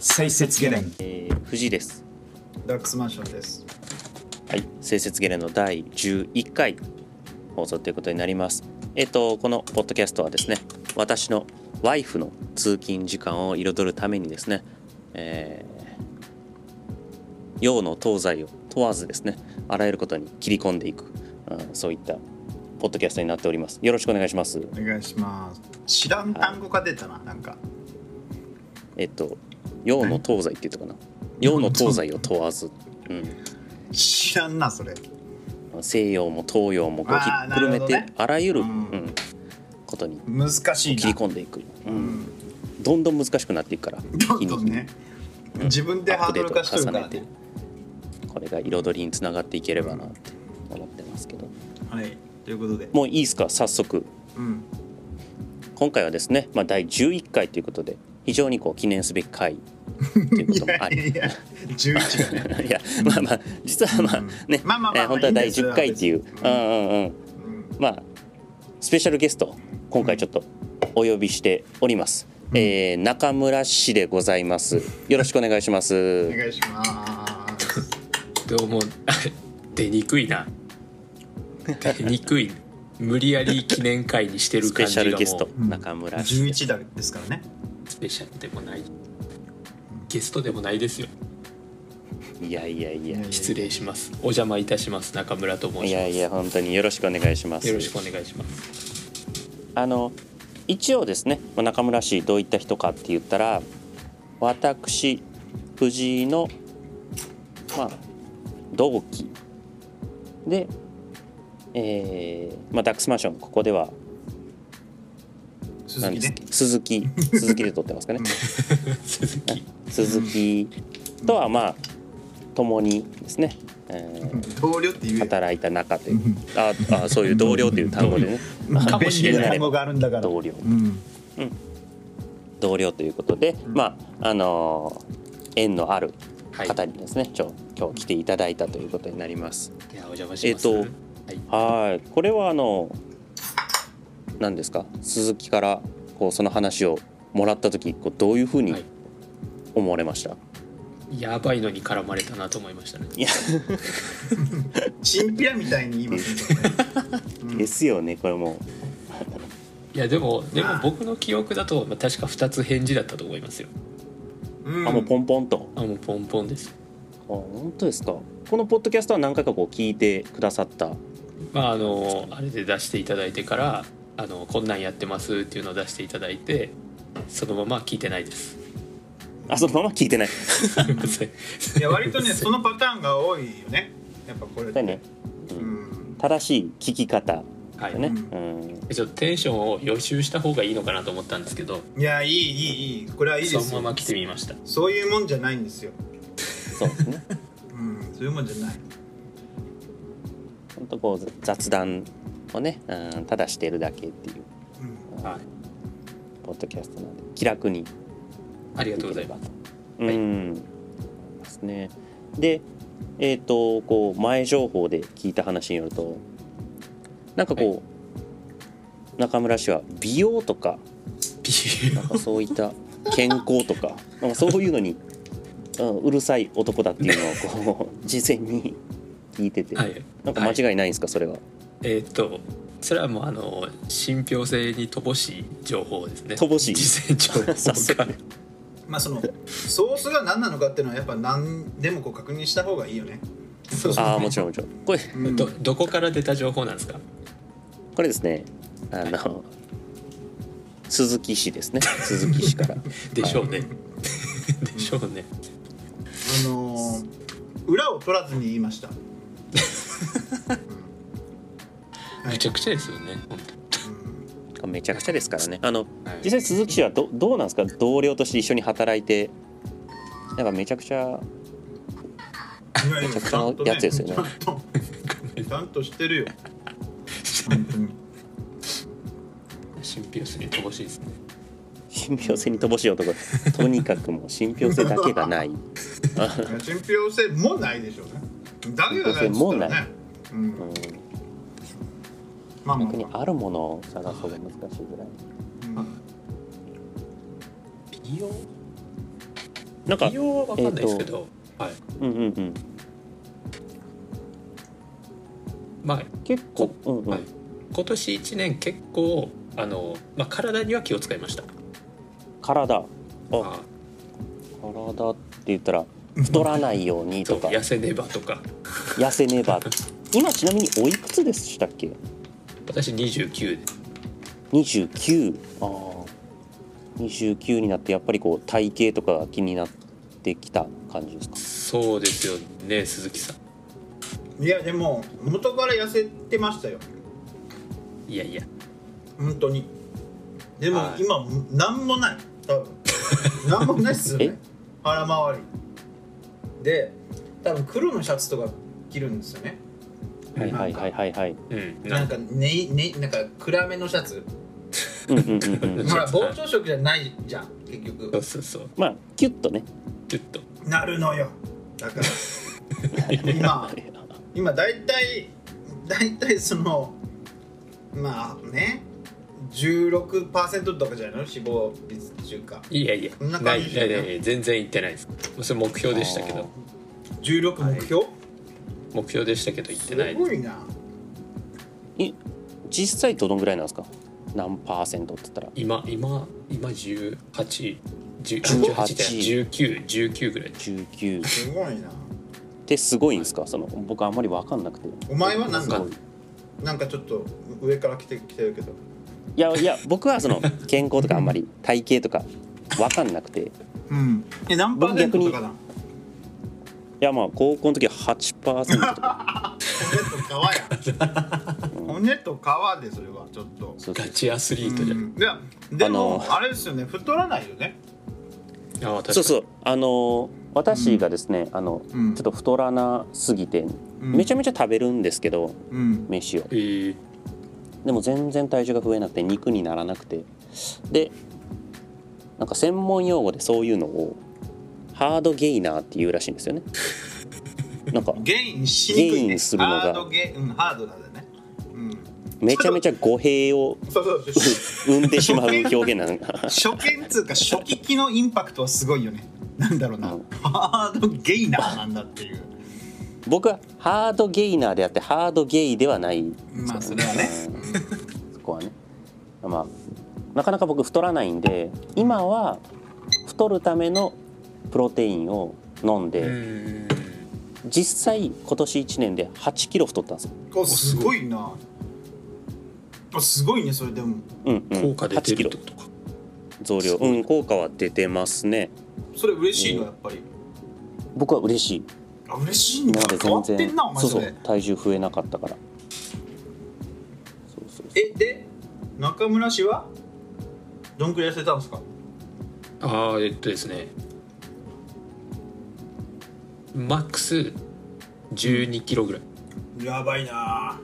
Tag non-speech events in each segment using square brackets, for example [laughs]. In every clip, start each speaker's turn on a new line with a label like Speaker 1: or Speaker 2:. Speaker 1: 再設ゲレン
Speaker 2: えー、藤井です。
Speaker 1: ダックスマンションです
Speaker 2: はい、聖節ゲレンの第11回放送ということになります。えっ、とこのポッドキャストはですね、私のワイフの通勤時間を彩るためにですね、えー、洋の東西を問わずですね、あらゆることに切り込んでいく、うん、そういったポッドキャストになっております。よろしくお願いします。
Speaker 1: お願いします知らん単語が出たななんか
Speaker 2: えっ、と洋の東西って言ったかな。洋の東西を問わず。うん
Speaker 1: 知らんなそれ
Speaker 2: 西洋も東洋もこうひ
Speaker 1: あー
Speaker 2: っくるめて
Speaker 1: なるほどね
Speaker 2: あらゆる、
Speaker 1: うん
Speaker 2: うんことに
Speaker 1: 難しい
Speaker 2: 切り
Speaker 1: な
Speaker 2: 込んでいく、う、
Speaker 1: うんん
Speaker 2: どんどん難しくなっていくから
Speaker 1: どんどんね自分で
Speaker 2: ア
Speaker 1: ハ
Speaker 2: ッ
Speaker 1: ー
Speaker 2: プデ
Speaker 1: ド
Speaker 2: ー
Speaker 1: ル
Speaker 2: ト
Speaker 1: 化しとる
Speaker 2: を
Speaker 1: か
Speaker 2: 重ね
Speaker 1: ら
Speaker 2: て
Speaker 1: ね
Speaker 2: これが彩りにつながっていければなって思ってますけど
Speaker 1: はいということで
Speaker 2: もういいですか早速
Speaker 1: うん
Speaker 2: 今回はですね、まあ、第11回ということで非常にこう記念すべき回というこ
Speaker 1: い
Speaker 2: ともあ
Speaker 1: や [laughs]
Speaker 2: り。
Speaker 1: いや11がね
Speaker 2: [laughs] いやまあまあ実はまあ
Speaker 1: うん
Speaker 2: ね
Speaker 1: まあまあまあまあ
Speaker 2: えー本当は第
Speaker 1: いいんですよ
Speaker 2: 10回っていう
Speaker 1: 別
Speaker 2: う
Speaker 1: に
Speaker 2: んうんうん
Speaker 1: うん
Speaker 2: まあ、スペシャルゲストを今回ちょっとお呼びしております、えー中村氏でございますよろしくお願いしま
Speaker 1: お
Speaker 2: す
Speaker 1: 願いします
Speaker 3: どうも出にくいな出にくい無理やり記念会にしてる
Speaker 2: スペ
Speaker 3: 感じ
Speaker 2: シ
Speaker 3: が
Speaker 2: ャ
Speaker 3: も
Speaker 2: ル
Speaker 3: う
Speaker 2: ゲスト
Speaker 1: うん
Speaker 2: 中村氏
Speaker 1: 11だですからね
Speaker 3: スペシャルでもないゲストでもないですよ
Speaker 2: いやいやいや
Speaker 3: 失礼しますお邪魔いたします中村と申します
Speaker 2: いやいや本当によろしくお願いします
Speaker 3: よろしくお願いします
Speaker 2: あの一応ですねまあ中村氏どういった人かって言ったら私藤井のまあ同期で、えーまあ、ダックスマンションここでは
Speaker 1: 鈴木
Speaker 2: なん
Speaker 1: ね
Speaker 2: です鈴木鈴木で撮ってますかね [laughs]
Speaker 3: 鈴木
Speaker 2: 鈴木とはまあ共にですね、えー
Speaker 1: 同僚って言え
Speaker 2: 働いた仲というああそういう同僚という単語でね
Speaker 3: かもしれない
Speaker 1: 便利単語があるんだから
Speaker 2: 同僚
Speaker 1: うん
Speaker 2: 同僚ということで、まああのー縁のある
Speaker 3: はい
Speaker 2: 方にですね、ちょ今日来ていただいたということになります。
Speaker 3: いやお邪魔します
Speaker 2: えっと
Speaker 3: はい
Speaker 2: はいこれはあの何ですか鈴木からこうその話をもらった時こうどういうふうに
Speaker 3: はい
Speaker 2: 思われました、
Speaker 3: やばいのに絡まれたなと思いましたね
Speaker 2: い、や
Speaker 1: チンピラみたいに言いますねうん
Speaker 2: [laughs] ですよねこれも
Speaker 3: いやでもでも僕の記憶だと、まあ、確か2つ返事だったと思いますよ
Speaker 1: うん
Speaker 2: あもうポンポンと。
Speaker 3: あもうポンポンです
Speaker 2: あ本当ですかこのポッドキャストは何回かこう聞いてくださった
Speaker 3: まああのあれで出していただいてからあのこんなんやってますっていうのを出していただいてそのまま聞いてないです。
Speaker 2: あそのまま聞いてない
Speaker 3: すいません
Speaker 1: いや割と
Speaker 2: [laughs]
Speaker 1: ねそのパターンが多いよねやっぱこれ
Speaker 2: だよね
Speaker 1: うん
Speaker 2: 正しい聞き方だ
Speaker 3: は
Speaker 2: ね、
Speaker 3: い。
Speaker 2: うん、
Speaker 3: ちょっとテンションを予習した方がいいのかなと思ったんですけど、
Speaker 1: いやいいいいいいこれはいいで
Speaker 3: そ
Speaker 1: す
Speaker 3: の
Speaker 1: よ
Speaker 3: まま来てみました。
Speaker 1: そういうもんじゃないんですよ
Speaker 2: そうですね
Speaker 1: うんそういうもんじゃない
Speaker 2: 本当こう雑談をね、うん、ただしてるだけっていう
Speaker 1: うん
Speaker 3: はい。
Speaker 2: ポッドキャストなんで気楽に
Speaker 3: ありが
Speaker 2: で
Speaker 3: とう
Speaker 2: き
Speaker 3: ござ
Speaker 2: れ
Speaker 3: いま
Speaker 2: ば
Speaker 3: す。
Speaker 2: と
Speaker 3: はいう
Speaker 2: うんですねでえっ、とこう前情報で聞いた話によるとなんかこう、中村氏は美容とか
Speaker 3: ピ
Speaker 2: なんかそういった健康と
Speaker 3: [laughs]
Speaker 2: かなんかそういうのに、うん、うるさい男だっていうのをこう事前に聞いてて、
Speaker 3: ューはい。
Speaker 2: なんか間違いないんですかそれは
Speaker 3: えーっと、それはもうあの信憑性に乏しい情報ですね。
Speaker 2: 乏しい
Speaker 3: 事前情報
Speaker 2: 早
Speaker 3: が
Speaker 2: 速。
Speaker 1: まあそのソースが何なのかっていうのはやっぱ何でもこう確認した方がいいよねそう
Speaker 2: ああもちろんもちろんこれ
Speaker 1: うん
Speaker 3: どどこから出た情報なんですか。
Speaker 2: これですねあの、鈴木氏ですね鈴木氏から
Speaker 3: でしょう
Speaker 1: う
Speaker 3: ね。
Speaker 1: ん
Speaker 3: [laughs] でしょうね。
Speaker 1: あのー裏を取らずに言いました。うんは
Speaker 3: め
Speaker 1: い
Speaker 3: ちゃくちゃですよね。本
Speaker 2: めちゃくちゃですからねあの
Speaker 3: 当。はい
Speaker 2: 実際鈴木氏はどどうなんですか同僚として一緒に働いてなんかめちゃくちゃ
Speaker 1: うんいやいや
Speaker 2: めちゃくち
Speaker 1: ち
Speaker 2: ゃ
Speaker 1: ゃ
Speaker 2: なん
Speaker 1: とね
Speaker 2: やつですよね
Speaker 1: ちゃんとちゃんとしてるよ。本当に
Speaker 3: 信憑性に乏しいですね。
Speaker 2: 信憑性に乏しい [laughs] 男とにかくもう信憑性だけがないあ
Speaker 1: いや信憑性もないでしょうね。だけがないっつったらね。うん
Speaker 2: うん
Speaker 1: まあまあ
Speaker 2: 逆に
Speaker 1: まあ
Speaker 2: あるものを探す方が難しいぐらい
Speaker 1: うん
Speaker 3: 美容
Speaker 2: なんか
Speaker 3: 費用は分かんないですけど、はい、
Speaker 2: うんうんうん
Speaker 3: まあ
Speaker 2: 結構うんうん、
Speaker 3: はい今年1年結構あの、まあ、体には気を使いました、
Speaker 2: 体あ
Speaker 3: まあ、
Speaker 2: 体って言ったら太ら [laughs] ないように
Speaker 3: そ
Speaker 2: と
Speaker 3: う
Speaker 2: か
Speaker 3: 痩せねばとか
Speaker 2: 痩せねば今ちなみにおいくつでしたっけ
Speaker 3: 私29で
Speaker 2: 29あー29になってやっぱりこう体型とかが気になってきた感じですか
Speaker 3: そうですよね鈴木さ
Speaker 1: いやでも元から痩せてましたよ
Speaker 3: んいやいや
Speaker 1: 本当にでも
Speaker 3: はい
Speaker 1: 今何もない多分何もないっすよね
Speaker 2: [laughs] え
Speaker 1: 腹回りで多分黒のシャツとか着るんですよね
Speaker 2: はいはいはいはいはい
Speaker 3: うん
Speaker 1: な
Speaker 3: なんんか
Speaker 1: か,、ねね、なんか暗めのシャツ
Speaker 2: うんうんうん [laughs] うん
Speaker 1: ほら膨張色じゃないじゃん結
Speaker 3: そう
Speaker 1: 局
Speaker 3: そうそう
Speaker 2: まあキュッとね
Speaker 3: ちょっと
Speaker 1: なるのよだから
Speaker 3: [laughs]
Speaker 1: 今今大体大体そのまあね16%とかじゃないの脂肪率っていうか
Speaker 3: いやいや
Speaker 1: そんな
Speaker 3: ない
Speaker 1: 感
Speaker 3: な
Speaker 1: じ
Speaker 3: いないない全然いってないですそれ目標でしたけど
Speaker 1: 16目標、
Speaker 3: 目標でしたけどいってない
Speaker 1: すごいな
Speaker 2: え実際どのぐらいなんですか何パーセントって言ったら
Speaker 3: 今今今1818
Speaker 2: 18
Speaker 3: 19 19ぐらい
Speaker 2: 19っ
Speaker 1: すごいな
Speaker 2: てすごいんですかその僕あんまり分かんなくて
Speaker 1: お前はなん
Speaker 3: な
Speaker 1: か
Speaker 3: んか
Speaker 1: なんかちょっと上から来てきてるけど
Speaker 2: いやいや僕はそ [laughs] の健康とかあんまり体型とか分かんなくてい
Speaker 1: うんえ何パーセントとかだ
Speaker 2: やまあ高校の時は8%とか
Speaker 1: 骨と皮や骨と皮でそれはちょっと
Speaker 2: そうそう
Speaker 3: ガチアスリートじゃん、
Speaker 1: うんいやでも、
Speaker 2: あ
Speaker 1: あれですよね太らないよね
Speaker 3: ああ確かに
Speaker 2: そうそうあのー私がですね、あの
Speaker 1: うん
Speaker 2: ちょっと太らなすぎて、
Speaker 1: うん
Speaker 2: めちゃめちゃ食べるんですけど
Speaker 1: うん
Speaker 2: 飯を
Speaker 3: えー
Speaker 2: でも全然体重が増えなくて肉にならなくてでなんか専門用語でそういうのをハードゲイナーっていうらしいんですよねなんか
Speaker 1: ゲインしにくい、ね、
Speaker 2: ゲインするのが
Speaker 1: ハードゲイン、うん、ハードなんだねうん
Speaker 2: めちゃめちゃ語弊を
Speaker 1: そうそうそう
Speaker 2: 生んでしまう表現なのが
Speaker 1: 初見つうか初期機のインパクトはすごいよねなんだろうな、
Speaker 2: うん
Speaker 1: ハードゲイナーなんだっていう
Speaker 2: 僕はハードゲイナーであってハードゲイではない
Speaker 1: まあそれはね
Speaker 2: そこはねまあなかなか僕太らないんで今は太るためのプロテインを飲んで、
Speaker 3: うん
Speaker 2: 実際今年1年で8キロ太ったんですよ、
Speaker 1: おすごいなあすごいねそれでも
Speaker 2: うんうん、
Speaker 3: 効果出て
Speaker 2: 8キ
Speaker 3: る
Speaker 2: ロ
Speaker 3: ってことか
Speaker 2: 増量うん効果は出てますね
Speaker 1: それ嬉しいのやっぱり
Speaker 2: 僕は嬉しい
Speaker 1: あ嬉しいんだ
Speaker 2: 今まで
Speaker 1: 変わ
Speaker 2: 全
Speaker 1: ってん
Speaker 2: 然
Speaker 1: なお前
Speaker 2: そう
Speaker 1: そ
Speaker 2: そ
Speaker 1: れ
Speaker 2: う体重増えなかったからそうそうそう
Speaker 1: えで中村氏はどんくらい痩せたんですか
Speaker 3: ああえっとですねマックス12キロぐらい
Speaker 1: やばいな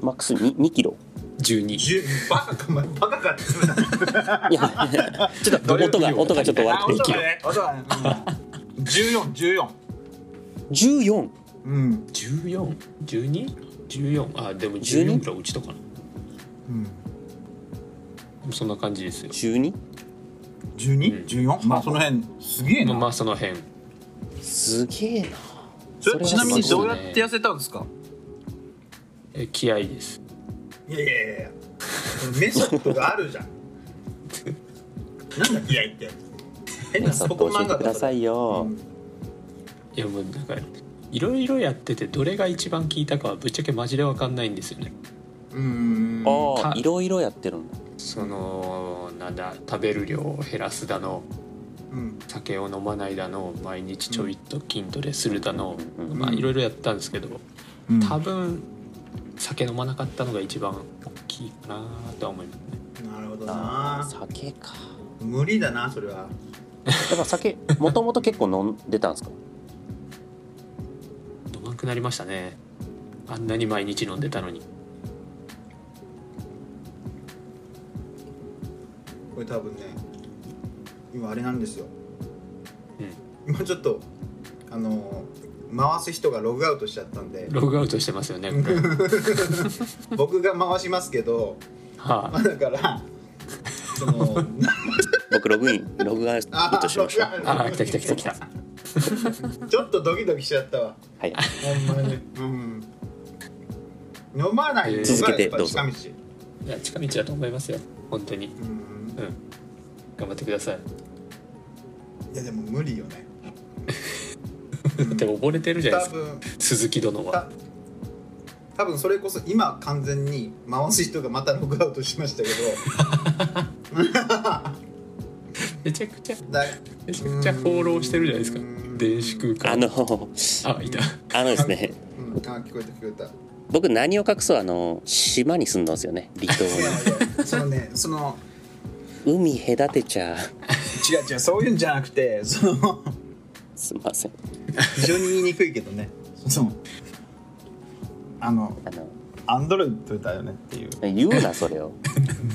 Speaker 2: マックス 2, 2キロ [laughs]
Speaker 3: 12
Speaker 1: 10バカかお前バカかって
Speaker 2: いやちょっと音が音がちょっと
Speaker 1: あ
Speaker 2: 悪く
Speaker 1: 音
Speaker 2: て
Speaker 1: がね音がね、うん、1414
Speaker 2: 14
Speaker 1: うん、
Speaker 3: 14 12 14あでも14ぐらいうちとかな
Speaker 1: うん、
Speaker 3: そんな感じですよ
Speaker 2: 12?
Speaker 3: うん
Speaker 1: 12?14?、まあその辺すげえな、
Speaker 3: まあその辺
Speaker 2: すげえな
Speaker 1: それちなみに
Speaker 2: そ
Speaker 1: ど
Speaker 2: れ
Speaker 1: う
Speaker 2: は
Speaker 1: やって痩せたんですか
Speaker 3: え気合いです
Speaker 1: いやいやいやいやメソッドがあるじゃんなんだ気合いって変な
Speaker 2: 皆さ
Speaker 1: ス
Speaker 2: ん
Speaker 1: ポ
Speaker 2: と
Speaker 1: コン
Speaker 2: 教え
Speaker 1: 漫
Speaker 2: て
Speaker 1: 画
Speaker 2: く
Speaker 1: だ
Speaker 2: だ
Speaker 1: そ
Speaker 2: さ
Speaker 1: れ
Speaker 2: いよ、
Speaker 1: うん
Speaker 3: いやもうなんかいろいろやっててどれが一番効いたかはぶっちゃけマジで分かんないんですよね
Speaker 1: うーん
Speaker 2: ああ
Speaker 3: か
Speaker 2: いろいろやってるんだ
Speaker 3: そのなんだ食べる量を減らすだの
Speaker 1: うん
Speaker 3: 酒を飲まないだの毎日ちょいっと筋トレするだの、
Speaker 2: うん
Speaker 3: まあいろいろやったんですけど、
Speaker 1: うん
Speaker 3: 多分酒飲まなかったのが一番大きいかなとは思いますね
Speaker 1: なるほど
Speaker 2: あ
Speaker 1: な
Speaker 2: ー酒か
Speaker 1: 無理だなそれは
Speaker 2: やっぱ酒もともと結構飲んでたんですか
Speaker 3: 飲まなくなりましたねあんなに毎日飲んでたのに
Speaker 1: これ多分ね今あれなんですよ、
Speaker 3: う
Speaker 1: 今ちょっとあのー回す人がログアウトしちゃったんで
Speaker 3: ログアウトしてますよねこれは
Speaker 1: 僕が回しますけど、
Speaker 3: あ
Speaker 1: まあ、だからその
Speaker 2: 僕僕ログインログアウトしましょう
Speaker 1: [laughs] あ
Speaker 3: あー来た来た来た来た
Speaker 1: ちょっとドキドキしちゃったわ
Speaker 2: はい
Speaker 1: ほんまに、うん、飲まないのが
Speaker 2: 続けて
Speaker 1: やっぱ
Speaker 2: どうぞ
Speaker 1: 近道
Speaker 3: いや近道だと思いますよ本当に
Speaker 1: うん
Speaker 3: うん頑張ってください、
Speaker 1: いやでも無理よね
Speaker 3: でも溺れてるじゃな
Speaker 1: [laughs]
Speaker 3: い
Speaker 1: 多
Speaker 3: ですか
Speaker 1: 分
Speaker 3: 鈴木殿は
Speaker 1: た多分それこそ今完全に回す人がまたログアウトしましたけ
Speaker 3: めちゃくちゃ
Speaker 1: ど [laughs] だ
Speaker 3: めちゃくちゃ放浪してるじゃないですか
Speaker 1: うん
Speaker 3: 電子空間
Speaker 2: あの
Speaker 3: あいた
Speaker 2: あのですね
Speaker 1: うん、あ聞こえた聞こ
Speaker 2: 僕何を隠そうあの島に住んだんですよね離島
Speaker 1: えたいやそのね [laughs] その
Speaker 2: に海隔てちゃ
Speaker 1: 違う違うそういうんじゃなくてその
Speaker 2: すいません
Speaker 1: 非常に言いにくいけどねそのあの
Speaker 2: あの
Speaker 1: アンドロイドだよねっていう
Speaker 2: 言うなそれを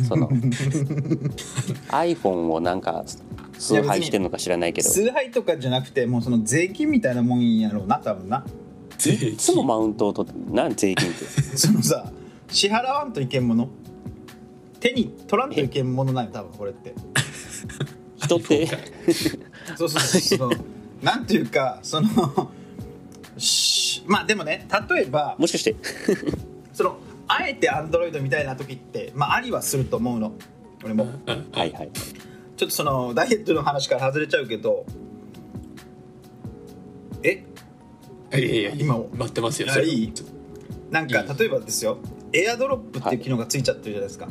Speaker 2: その iPhone をなんか崇拝してるのか知らないけどい
Speaker 1: 崇拝とかじゃなくてもうその税金みたいなもんやろうな多分
Speaker 2: [laughs]
Speaker 1: な
Speaker 3: 税
Speaker 2: つも
Speaker 3: 金
Speaker 2: マウントを取ってなん税金って
Speaker 1: そのさ支払わんといけんもの手に取らんといけんものなんよ多分これって
Speaker 2: 人って
Speaker 1: そうそうそう
Speaker 2: [laughs]
Speaker 1: そうなんていうかそのしまあでもね例えば
Speaker 2: もしかして
Speaker 1: そのあえてアンドロイドみたいな時ってまあありはすると思うの俺も
Speaker 2: はいはい
Speaker 1: ちょっとそのダイエットの話から外れちゃうけどえ
Speaker 3: いやいや
Speaker 1: 今
Speaker 3: 今待ってますよ
Speaker 1: あ
Speaker 3: それ
Speaker 1: いいなんか
Speaker 3: いい
Speaker 1: 例えばですよエアドロップっていう機能がついちゃってるじゃないですか、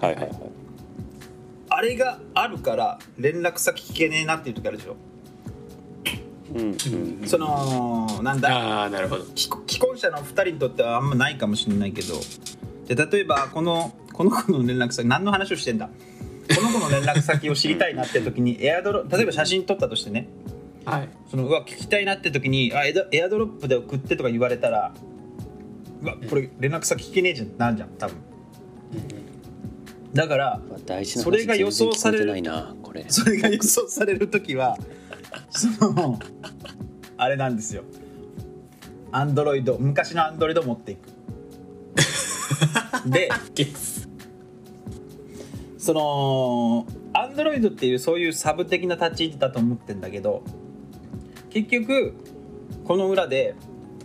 Speaker 2: はいはいはい
Speaker 1: あれがあるから連絡先聞けねえなっていう時あるでしょ、
Speaker 2: うんうん
Speaker 1: そのなんだ
Speaker 3: ああなるほど
Speaker 1: 既既婚者の2人にとってはあんまないかもしれないけどじゃあ例えばこのこの子の連絡先何の話をしてんだこの子の連絡先を知りたいなって時にエアドロ例えば写真撮ったとしてね
Speaker 3: はい
Speaker 1: そのうわ聞きたいなって時にあエドエアドロップで送ってとか言われたらうわこれ連絡先聞けねえじゃんなんじゃん多分だから
Speaker 2: まあ大事な話
Speaker 1: それが予想される
Speaker 2: 全然聞こえてないなこれ
Speaker 1: それが予想される時はそのあれなんですよアンドロイド昔のアンドロイド持っていくで
Speaker 3: ゲス
Speaker 1: そのアンドロイドっていうそういうサブ的な立ち位置だと思ってんだけど結局この裏で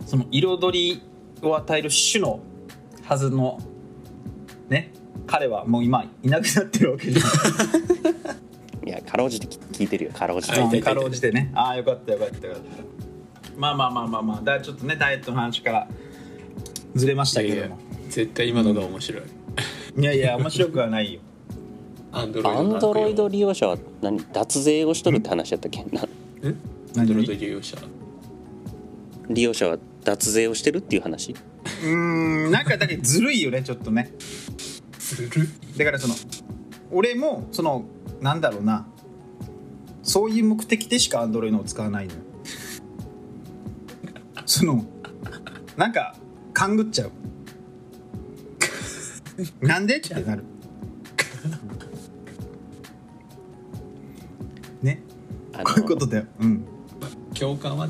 Speaker 1: その彩りを与える種のはずのね彼はもう今いなくなってるわけじゃん
Speaker 2: いやかろうじて聞いてるよかろうじて
Speaker 3: は
Speaker 1: う
Speaker 3: い
Speaker 1: んかろうじてねああよかったよかったよかったまあまあまあまあまあだからちょっとねダイエットの話からずれました
Speaker 3: い
Speaker 1: け
Speaker 3: やい
Speaker 1: ど
Speaker 3: や
Speaker 1: も
Speaker 3: 絶対今のが面白い
Speaker 1: いやいや面白くはないよ
Speaker 3: アンド
Speaker 2: アンドロイ
Speaker 3: ド
Speaker 2: ド利用者は何脱税をしとるって話やったっけな
Speaker 3: アンドロイド利用者
Speaker 2: 利用者は脱税をしてるっていう話
Speaker 1: うーんなんかだけどずるいよねちょっとね
Speaker 3: する
Speaker 1: だからその俺もそのなんだろうなそういう目的でしかアンドロイドを使わないのよ [laughs] そのなんか勘ぐっちゃう [laughs] なんでってなる [laughs] ね
Speaker 2: あの
Speaker 1: こういうことだようん
Speaker 3: 共感は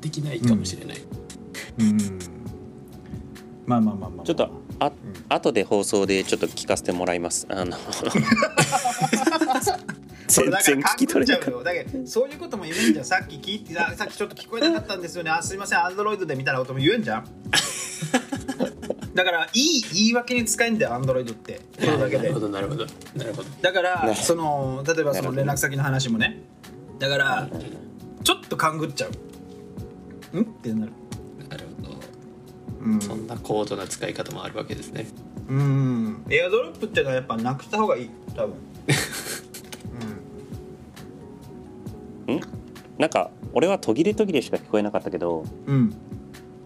Speaker 3: できないかもしれない、
Speaker 1: うんまあまあまあまあ、まあ、
Speaker 2: ちょっとあ後で放送でちょっと聞かせてもらいます
Speaker 1: [laughs]
Speaker 2: あの
Speaker 1: そ
Speaker 2: 全
Speaker 1: れだから
Speaker 2: 然聞き取れな
Speaker 1: 勘
Speaker 2: かっ
Speaker 1: ぐっちゃうよだけどそういうことも言えんじゃんさっき聞いてささっきちょっと聞こえなかったん
Speaker 2: [laughs]
Speaker 1: ですよねあすいませんアンドロイドでみたいなことも言えんじゃんだからいい言い訳に使えんだよアンドロイドってそれだけ
Speaker 3: なる
Speaker 1: で
Speaker 3: ほどなるほどなるほど
Speaker 1: だか
Speaker 2: ね
Speaker 1: らその例えばその
Speaker 2: なるほど
Speaker 1: 連絡先の話もねだからちょっと勘ぐっちゃうんってなる
Speaker 3: なるほど
Speaker 1: うん
Speaker 3: そんな高度な使い方もあるわけですね
Speaker 1: うんエアドロップっていうのはやっぱなくした方がいい多分
Speaker 2: たんなんか俺は途切れ途切れしか聞こえなかったけど
Speaker 1: うん、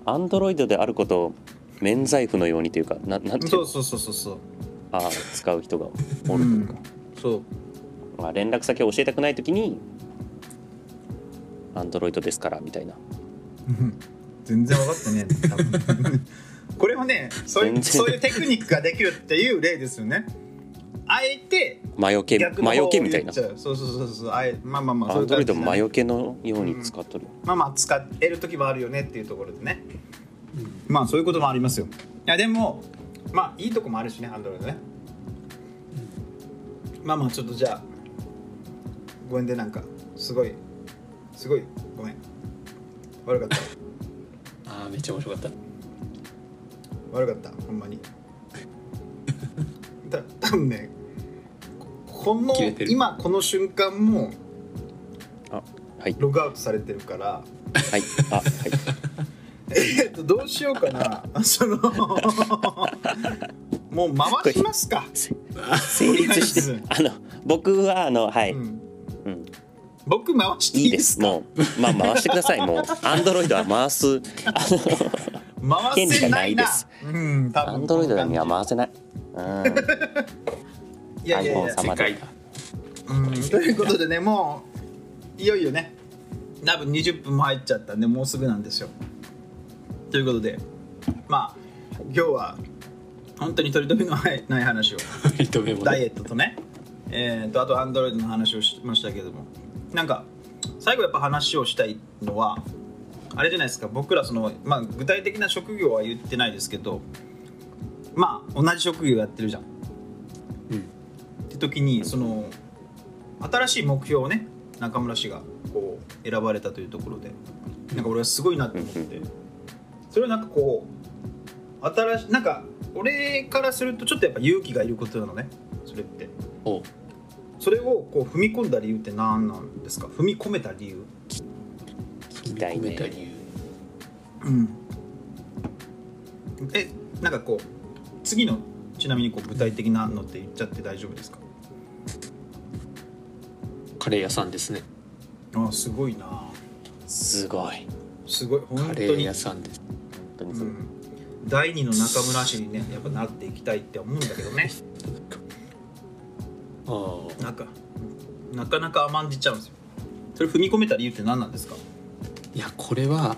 Speaker 2: アンドロイドであることを免罪符のようにというかななん
Speaker 1: うん、
Speaker 2: ていう
Speaker 1: そ
Speaker 2: の
Speaker 1: うそうそうそうそう
Speaker 2: あー使う人がおるというか、
Speaker 1: そう
Speaker 2: まあ、連絡先を教えたくない時に「アンドロイドですから」みたいな
Speaker 1: うん全然分かってねえな多分 [laughs] これもねそうい
Speaker 2: 全
Speaker 1: う
Speaker 2: 然
Speaker 1: そういうテクニックができるっていう例ですよねあえて
Speaker 2: 魔除け
Speaker 1: 逆の
Speaker 2: 魔
Speaker 1: 方
Speaker 2: 除
Speaker 1: を
Speaker 2: けみたいな
Speaker 1: 言っちゃうそうそうそうそうあえまあまあまあ
Speaker 2: アンドロイド
Speaker 1: そういう
Speaker 2: 魔
Speaker 1: 感じだね
Speaker 2: 除けのように使っとる、
Speaker 1: まあまあ使える時もあるよねっていうところでね、まあそういうこともありますよいやでもまあいいとこもあるしねアンドロイドねまあまあちょっとじゃあごめんでなんかすごいすごいごめん悪かった
Speaker 3: ああめっちゃ面白かった
Speaker 1: 悪かったほんまに [laughs] た多分ねここの
Speaker 3: 切れてる
Speaker 1: 今この瞬間も
Speaker 2: あはい
Speaker 1: ログアウトされてるから
Speaker 2: はいあはい
Speaker 1: えっとどうしようかな [laughs] あそのもう回しますか、
Speaker 2: せ成立
Speaker 1: と
Speaker 2: し
Speaker 1: り、
Speaker 2: てあの僕はあのはいう
Speaker 1: ん、
Speaker 2: うん、
Speaker 1: 僕回して
Speaker 2: い
Speaker 1: い
Speaker 2: い
Speaker 1: いで
Speaker 2: ですす
Speaker 1: か
Speaker 2: もうまあ回してください [laughs] もうアンドロイドは回すあの
Speaker 1: 回せないな
Speaker 2: 権
Speaker 1: うん多分
Speaker 2: アンドロイドには回せないうん
Speaker 1: いやいやい
Speaker 2: iPhone
Speaker 1: や
Speaker 2: さん
Speaker 3: 世界だ
Speaker 1: うん [laughs] ということでねもういよいよね多分20分も入っちゃったんでもうすぐなんですよということでまあ今日は本当に取り留めのないない話を
Speaker 3: 認めも
Speaker 1: ダ
Speaker 3: な
Speaker 1: イエ
Speaker 3: い
Speaker 1: ットとね、えー、とあとアンドロイドの話をしましたけどもなんか最後やっぱ話をしたいのはあれじゃないですか僕らその、まあ、具体的な職業は言ってないですけどまあ同じ職業やってるじゃん。
Speaker 3: うん
Speaker 1: って時にその新しい目標をね中村氏がこう選ばれたというところでなんか俺はすごいなと思ってそれはなんかこう新しなんか俺からするとちょっとやっぱ勇気がいることなのねそれって
Speaker 3: おう
Speaker 1: それをこう踏み込んだ理由って何なんですか踏み込めた理由
Speaker 2: 聞きたい
Speaker 3: 認め
Speaker 2: ね
Speaker 3: た理由
Speaker 1: うんえなんかこう次のちなみにこう具体的なのって言っちゃって大丈夫ですか
Speaker 3: カレー屋さんですね
Speaker 1: あすごいな
Speaker 2: すごい
Speaker 1: すごい本
Speaker 3: カレ
Speaker 1: 当
Speaker 3: ー
Speaker 1: に
Speaker 3: 屋さんです
Speaker 2: 本当に
Speaker 1: う
Speaker 2: すごい
Speaker 1: ん、第二の中村氏にねやっぱなっていきたいって思うんだけど
Speaker 3: [laughs]
Speaker 1: ね
Speaker 3: ああ
Speaker 1: なんかなかなか甘んじちゃうんですよそれ踏み込めた理由って何なんですか、
Speaker 3: いやこれは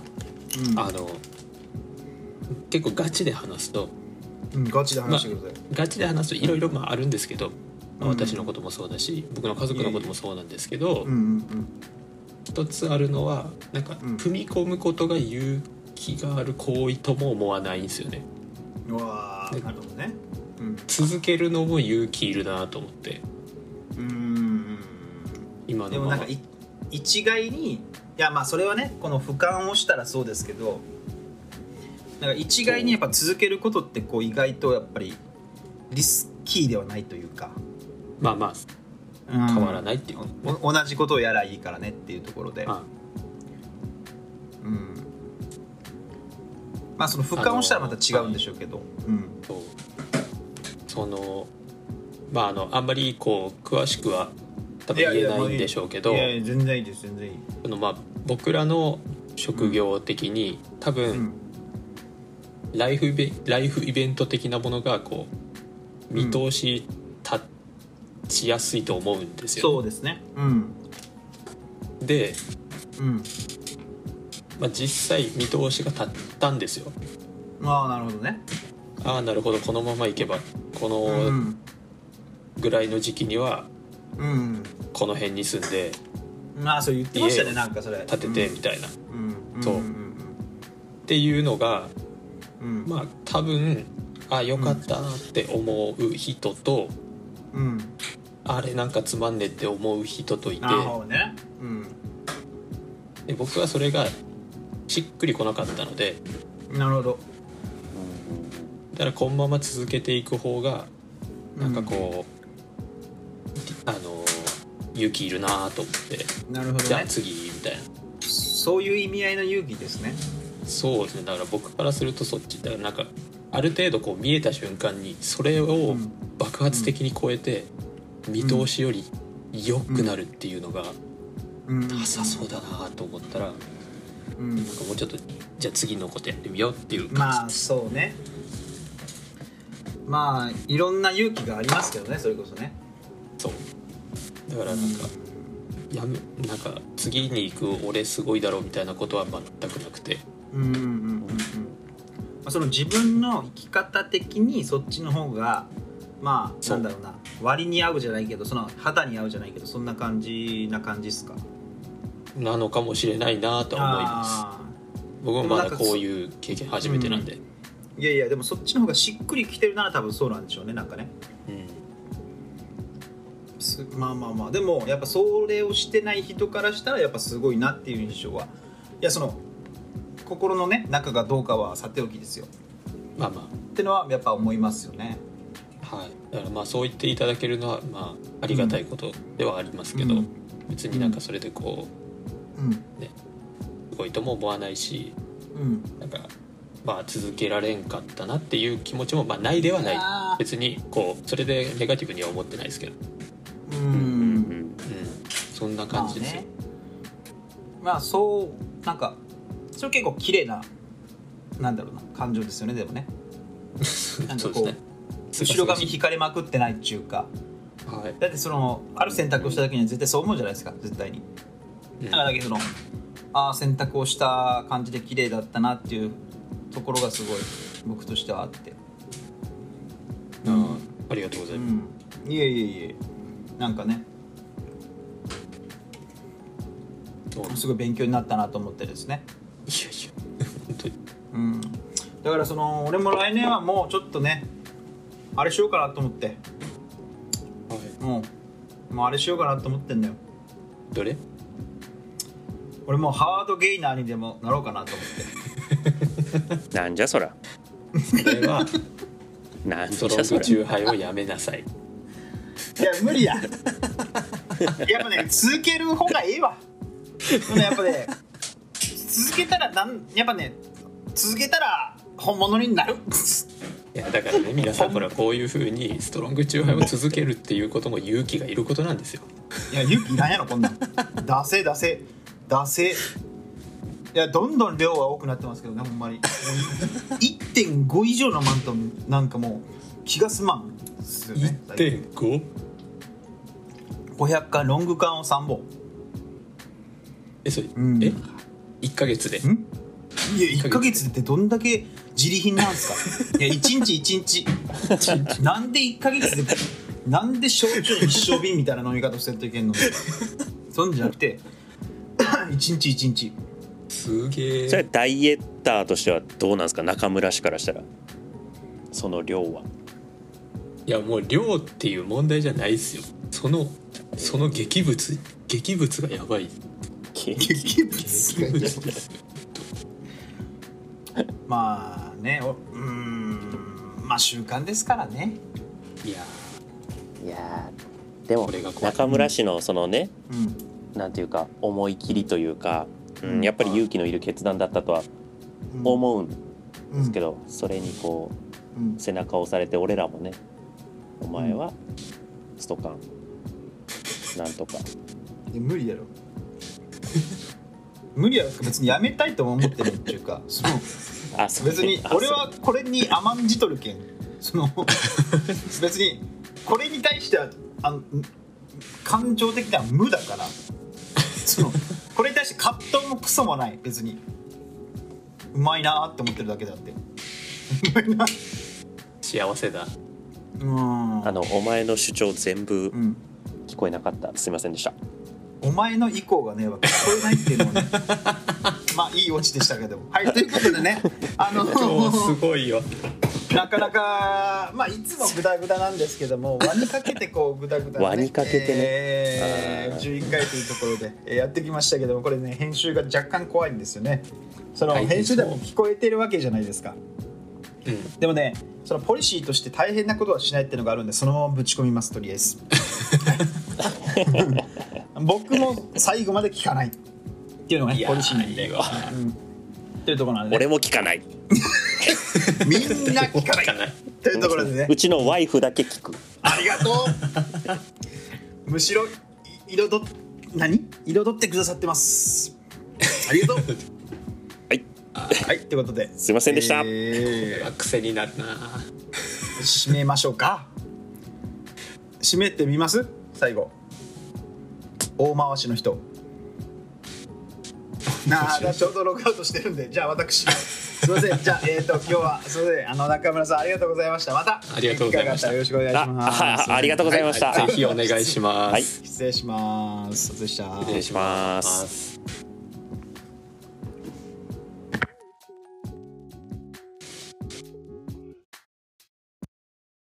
Speaker 1: うん、
Speaker 3: あの結構ガチで話すと
Speaker 1: うんガチで話してください、
Speaker 3: ガチで話すといろいろまああるんですけど、
Speaker 1: う
Speaker 3: まあ
Speaker 1: ん
Speaker 3: 私のこともそうだし僕の家族のこともそうなんですけど、
Speaker 1: うんうん
Speaker 3: 一つあるのはなんか
Speaker 1: うん
Speaker 3: 踏み込むことが勇気がある行為とも思わないんですよね
Speaker 1: うんうわーなるほどねうん
Speaker 3: 続けるのも勇気いるなと思って
Speaker 1: うんうんう
Speaker 3: 今
Speaker 1: んで
Speaker 3: の
Speaker 1: もな
Speaker 3: ま
Speaker 1: ん
Speaker 3: ま
Speaker 1: かい一概にいやまあそれはねこの俯瞰をしたらそうですけどなんか一概にやっぱ続けることってこう意外とやっぱりリスキーではないというか、
Speaker 3: まあま
Speaker 1: う
Speaker 3: あ
Speaker 1: ん
Speaker 3: 変わらないっていうこと、
Speaker 1: お同じことをやらいいからねっていうところで、
Speaker 3: あ
Speaker 1: うん、まあその俯瞰をしたらまた違うんでしょうけど、うん
Speaker 3: そうそのまああのあんまりこう詳しくは多分言えないんでしょうけど
Speaker 1: いやいや全然いいです全然いい、
Speaker 3: そのまあ僕らの職業的に多分、
Speaker 1: うん
Speaker 3: ライフイベライフイベント的なものがこう見通し立ちやすいと思うんですよ、
Speaker 1: そうですねうん
Speaker 3: で、
Speaker 1: うん
Speaker 3: まあ、実際見通しが立ったんですよ
Speaker 1: ああなるほどね
Speaker 3: ああなるほどこのままいけば
Speaker 1: う
Speaker 3: この
Speaker 1: ん
Speaker 3: ぐらいの時期には
Speaker 1: うん
Speaker 3: この辺に住んで
Speaker 1: まあそう言ってました
Speaker 3: 家
Speaker 1: ね
Speaker 3: を
Speaker 1: なんかそれ
Speaker 3: 建ててみたいな、っ
Speaker 1: うんうん
Speaker 3: そうんていうのが
Speaker 1: うんうん
Speaker 3: まあ多分ああよかったなって思う人と、
Speaker 1: うん
Speaker 3: あれなんかつまんねって思う人といて
Speaker 1: なるほどねうん
Speaker 3: で僕はそれがしっくりこなかったので。
Speaker 1: なるほど
Speaker 3: だからこのまま続けていく方がなんかこう、あの勇気いるなと思って
Speaker 1: うんなるほ
Speaker 3: じ
Speaker 1: ど
Speaker 3: ゃあ
Speaker 1: ね
Speaker 3: 次みたいな
Speaker 1: そういう意味合いの勇気ですね
Speaker 3: そうですねだから僕からするとそっちだからなんかある程度こう見えた瞬間にそれ
Speaker 1: う
Speaker 3: を
Speaker 1: ん
Speaker 3: 爆発的に超えて見通しより良くなるっていうのが
Speaker 1: うん
Speaker 3: なさそうだなと思ったらなんか
Speaker 1: うん
Speaker 3: もうちょっとじゃあ次のことやってみようっていう
Speaker 1: ま
Speaker 3: 感
Speaker 1: あ
Speaker 3: じ
Speaker 1: そうねまあいろんな勇気がありますけどねそれこそね
Speaker 3: そうだからなんかやめなんか次に行く俺すごいだろうみたいなことは全くなくて
Speaker 1: うんうんうんうんうんまあその自分の生き方的にそっちの方がまあ
Speaker 3: そ
Speaker 1: な
Speaker 3: うん
Speaker 1: だろうな割に合うじゃないけどその肌に合うじゃないけどそんな感じな感じっすか
Speaker 3: なのかもしれないなとは思います
Speaker 1: あ
Speaker 3: 僕もまだ
Speaker 1: でもなんか
Speaker 3: こういう経験初めてなんで、
Speaker 1: ーいやいやでもそっちの方がしっくりきてるなら多分そうなんでしょうねなんかね
Speaker 3: うん
Speaker 1: すすまあまあまあでもやっぱそれをしてない人からしたらやっぱすごいなっていう印象はいやその心のね中がどうかはさておきですよ
Speaker 3: まあま
Speaker 1: ってのはやっぱ思いますよね
Speaker 3: あはいだからまあそう言っていただけるのはまあありがたいことではありますけど、
Speaker 1: うん
Speaker 3: 別になんかそれでこ
Speaker 1: うん
Speaker 3: うすごいとも思わないし
Speaker 1: うん
Speaker 3: なんかまあ続けられんかったなっていう気持ちもまあないではない
Speaker 1: あ
Speaker 3: 別にこうそれでネガティブには思ってないですけど、
Speaker 1: ーう
Speaker 2: うんん
Speaker 3: うん、そんな感じですよ、
Speaker 1: まあそうなんかそれ結構綺麗ななんだろうな感情ですよねでも
Speaker 3: [laughs]
Speaker 1: ねなんか
Speaker 3: そう
Speaker 1: こう
Speaker 3: ですね
Speaker 1: 後ろ髪引かれまくってないっていうか
Speaker 3: はい、
Speaker 1: だってそのある選択をした時には絶対そう思うじゃないですか絶対に
Speaker 3: うん
Speaker 1: だからだけどそのああ選択をした感じで綺麗だったなっていうところがすごい僕としてはあって
Speaker 3: あーありがとうござ
Speaker 1: う
Speaker 3: います、
Speaker 1: んいえいえいえなんかね [laughs]
Speaker 3: そういやい
Speaker 1: すごい勉強になったなと思ってですね
Speaker 3: や本当に
Speaker 1: うんだからその俺も来年はもうちょっとねあれしようかなと思って
Speaker 3: はい
Speaker 1: もうもうあれしようかなと思ってんだよ
Speaker 3: ど
Speaker 1: [laughs]
Speaker 3: れ
Speaker 1: 俺もうハワード・ゲイナーにでもなろうかなと思って
Speaker 2: なんじゃそら
Speaker 3: これは
Speaker 2: なんじ
Speaker 3: ストロン
Speaker 2: ゃそ
Speaker 3: グ
Speaker 2: ら
Speaker 3: チューハイをやめな
Speaker 1: [laughs]
Speaker 3: さ
Speaker 1: い
Speaker 3: い
Speaker 1: や無理や [laughs] やっぱね続ける方がいいわでもやっぱね続けたらなんやっぱね続けたら本物になる
Speaker 3: いやだからね皆さんほらこういうふうにストロングチューハイを続けるっていうことも勇気がいることなんですよ
Speaker 1: いや勇気いらんやろこんなん出せ出せ出せいやどんどん量は多くなってますけどねほんまにもう1.5以上のマントなんかもう気が済まんですよね
Speaker 3: 1.5
Speaker 1: 500缶ロング缶を3本
Speaker 3: えそれ、
Speaker 1: ん
Speaker 3: え1ヶ月で
Speaker 1: んいや1ヶ月ってどんだけ自利品なんですかいや1日1日なんで1ヶ月でなんで焼酎一生瓶みたいな飲み方してるといけんのそんじゃなくて一日一日
Speaker 3: すげ
Speaker 2: それは
Speaker 3: え
Speaker 2: ダイエッターとしてはどうなんですか中村氏からしたらその量はい
Speaker 3: やもう量っていう問題じゃないですよそのその劇物劇物がやばい
Speaker 2: [laughs]
Speaker 1: 激
Speaker 3: 劇物ですよ
Speaker 1: [laughs] まあねおうーんまあ習慣ですからね
Speaker 3: いや
Speaker 2: いやーでも
Speaker 3: これが怖い
Speaker 2: 中村氏のそのね
Speaker 1: うん
Speaker 2: なんていうか思い切りというか、う
Speaker 1: うん
Speaker 2: ん、やっぱり勇気のいる決断だったとは思うんで
Speaker 1: うん
Speaker 2: すけど、それにこ
Speaker 1: うん
Speaker 2: う背中を押されて俺らもねお前はストカンなんとか
Speaker 1: いや無理やろ無理やろ別にやめたいとも思ってるっていうかその
Speaker 2: あそう
Speaker 1: 別 [laughs] に
Speaker 2: あそう
Speaker 1: 俺はこれに甘んじとるけんそ [laughs] の別にこれに対してはあの感情的には無だからそのこれに対して葛藤もクソもない別にうまいなーって思ってるだけだってうまいな
Speaker 3: 幸せだ
Speaker 1: うん
Speaker 2: あのお前の主張全部
Speaker 1: うん
Speaker 2: 聞こえなかったすいませんでした
Speaker 1: お前の意向がね、聞こえないっていうのもね [laughs] まあいいオチでしたけどもはい [laughs] ということでねあの
Speaker 3: 今日すごいよ
Speaker 1: なかなか、まあ、いつもグダグダなんですけども、輪にかけてこうグダグダ、
Speaker 2: 輪にかけてね
Speaker 1: えー
Speaker 2: あー
Speaker 1: 11回というところでえーやってきましたけども、これね、編集が若干怖いんですよね。その
Speaker 3: 大変そう
Speaker 1: 編集でも聞こえてるわけじゃないですか。
Speaker 3: うん
Speaker 1: でもね、そのポリシーとして大変なことはしないっていうのがあるんで、そのままぶち込みます、とりあえず。僕も最後まで聞かないっていうのが
Speaker 3: い
Speaker 1: ね、
Speaker 3: や
Speaker 1: ポリシーなん
Speaker 3: ー
Speaker 1: で。
Speaker 3: れは
Speaker 1: うんっていうところなんで、
Speaker 2: 俺
Speaker 1: ね、
Speaker 2: も聞かない
Speaker 1: みんな聞かない [laughs]
Speaker 3: 聞かない [laughs]
Speaker 1: というところでね
Speaker 2: う。ちのワイフだけ聞く
Speaker 1: ありがとう。むしろい彩っ何彩ってくださってます。ありが
Speaker 2: [laughs]
Speaker 1: とう。
Speaker 2: はい
Speaker 1: はい、ということで。
Speaker 2: すいませんでした
Speaker 1: えー
Speaker 3: 癖になるな
Speaker 1: 締めましょうか。締めてみます？最後。大回しの人。なあ、だちょうどログアウトしてるんで、じゃあ私。すみません、じゃあ、えっ、と、今日は、すみません、あの中村さん、ありがとうございました。また。
Speaker 3: ありがとうございました
Speaker 1: 機会があっらよろしくお願いします。
Speaker 2: ああありがとうございました
Speaker 3: ぜひお願いします、
Speaker 2: はい
Speaker 1: 失礼します。お疲れ様でした
Speaker 3: 失礼します